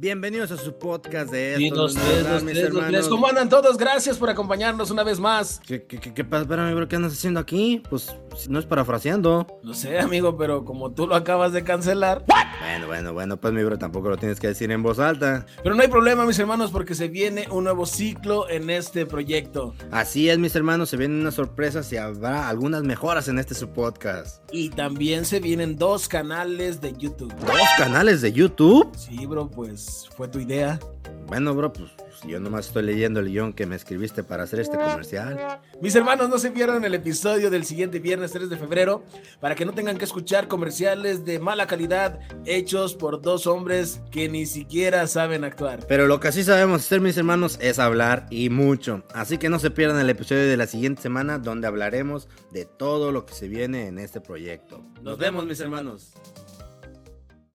Bienvenidos a su podcast de esto. Y dos, no tres, nada, dos, mis tres, dos, tres. hermanos. ¿Cómo andan todos? Gracias por acompañarnos una vez más. ¿Qué, qué, qué, qué pasa? Espérame, bro, ¿qué andas haciendo aquí? Pues si no es parafraseando. Lo sé, amigo, pero como tú lo acabas de cancelar. Bueno, bueno, bueno, pues mi bro, tampoco lo tienes que decir en voz alta. Pero no hay problema, mis hermanos, porque se viene un nuevo ciclo en este proyecto. Así es, mis hermanos, se vienen unas sorpresas y habrá algunas mejoras en este su podcast. Y también se vienen dos canales de YouTube. ¿Dos canales de YouTube? Sí, bro, pues fue tu idea. Bueno, bro, pues yo nomás estoy leyendo el guión que me escribiste para hacer este comercial. Mis hermanos, no se pierdan el episodio del siguiente viernes 3 de febrero para que no tengan que escuchar comerciales de mala calidad hechos por dos hombres que ni siquiera saben actuar. Pero lo que sí sabemos hacer, mis hermanos, es hablar y mucho. Así que no se pierdan el episodio de la siguiente semana donde hablaremos de todo lo que se viene en este proyecto. Nos vemos, mis hermanos.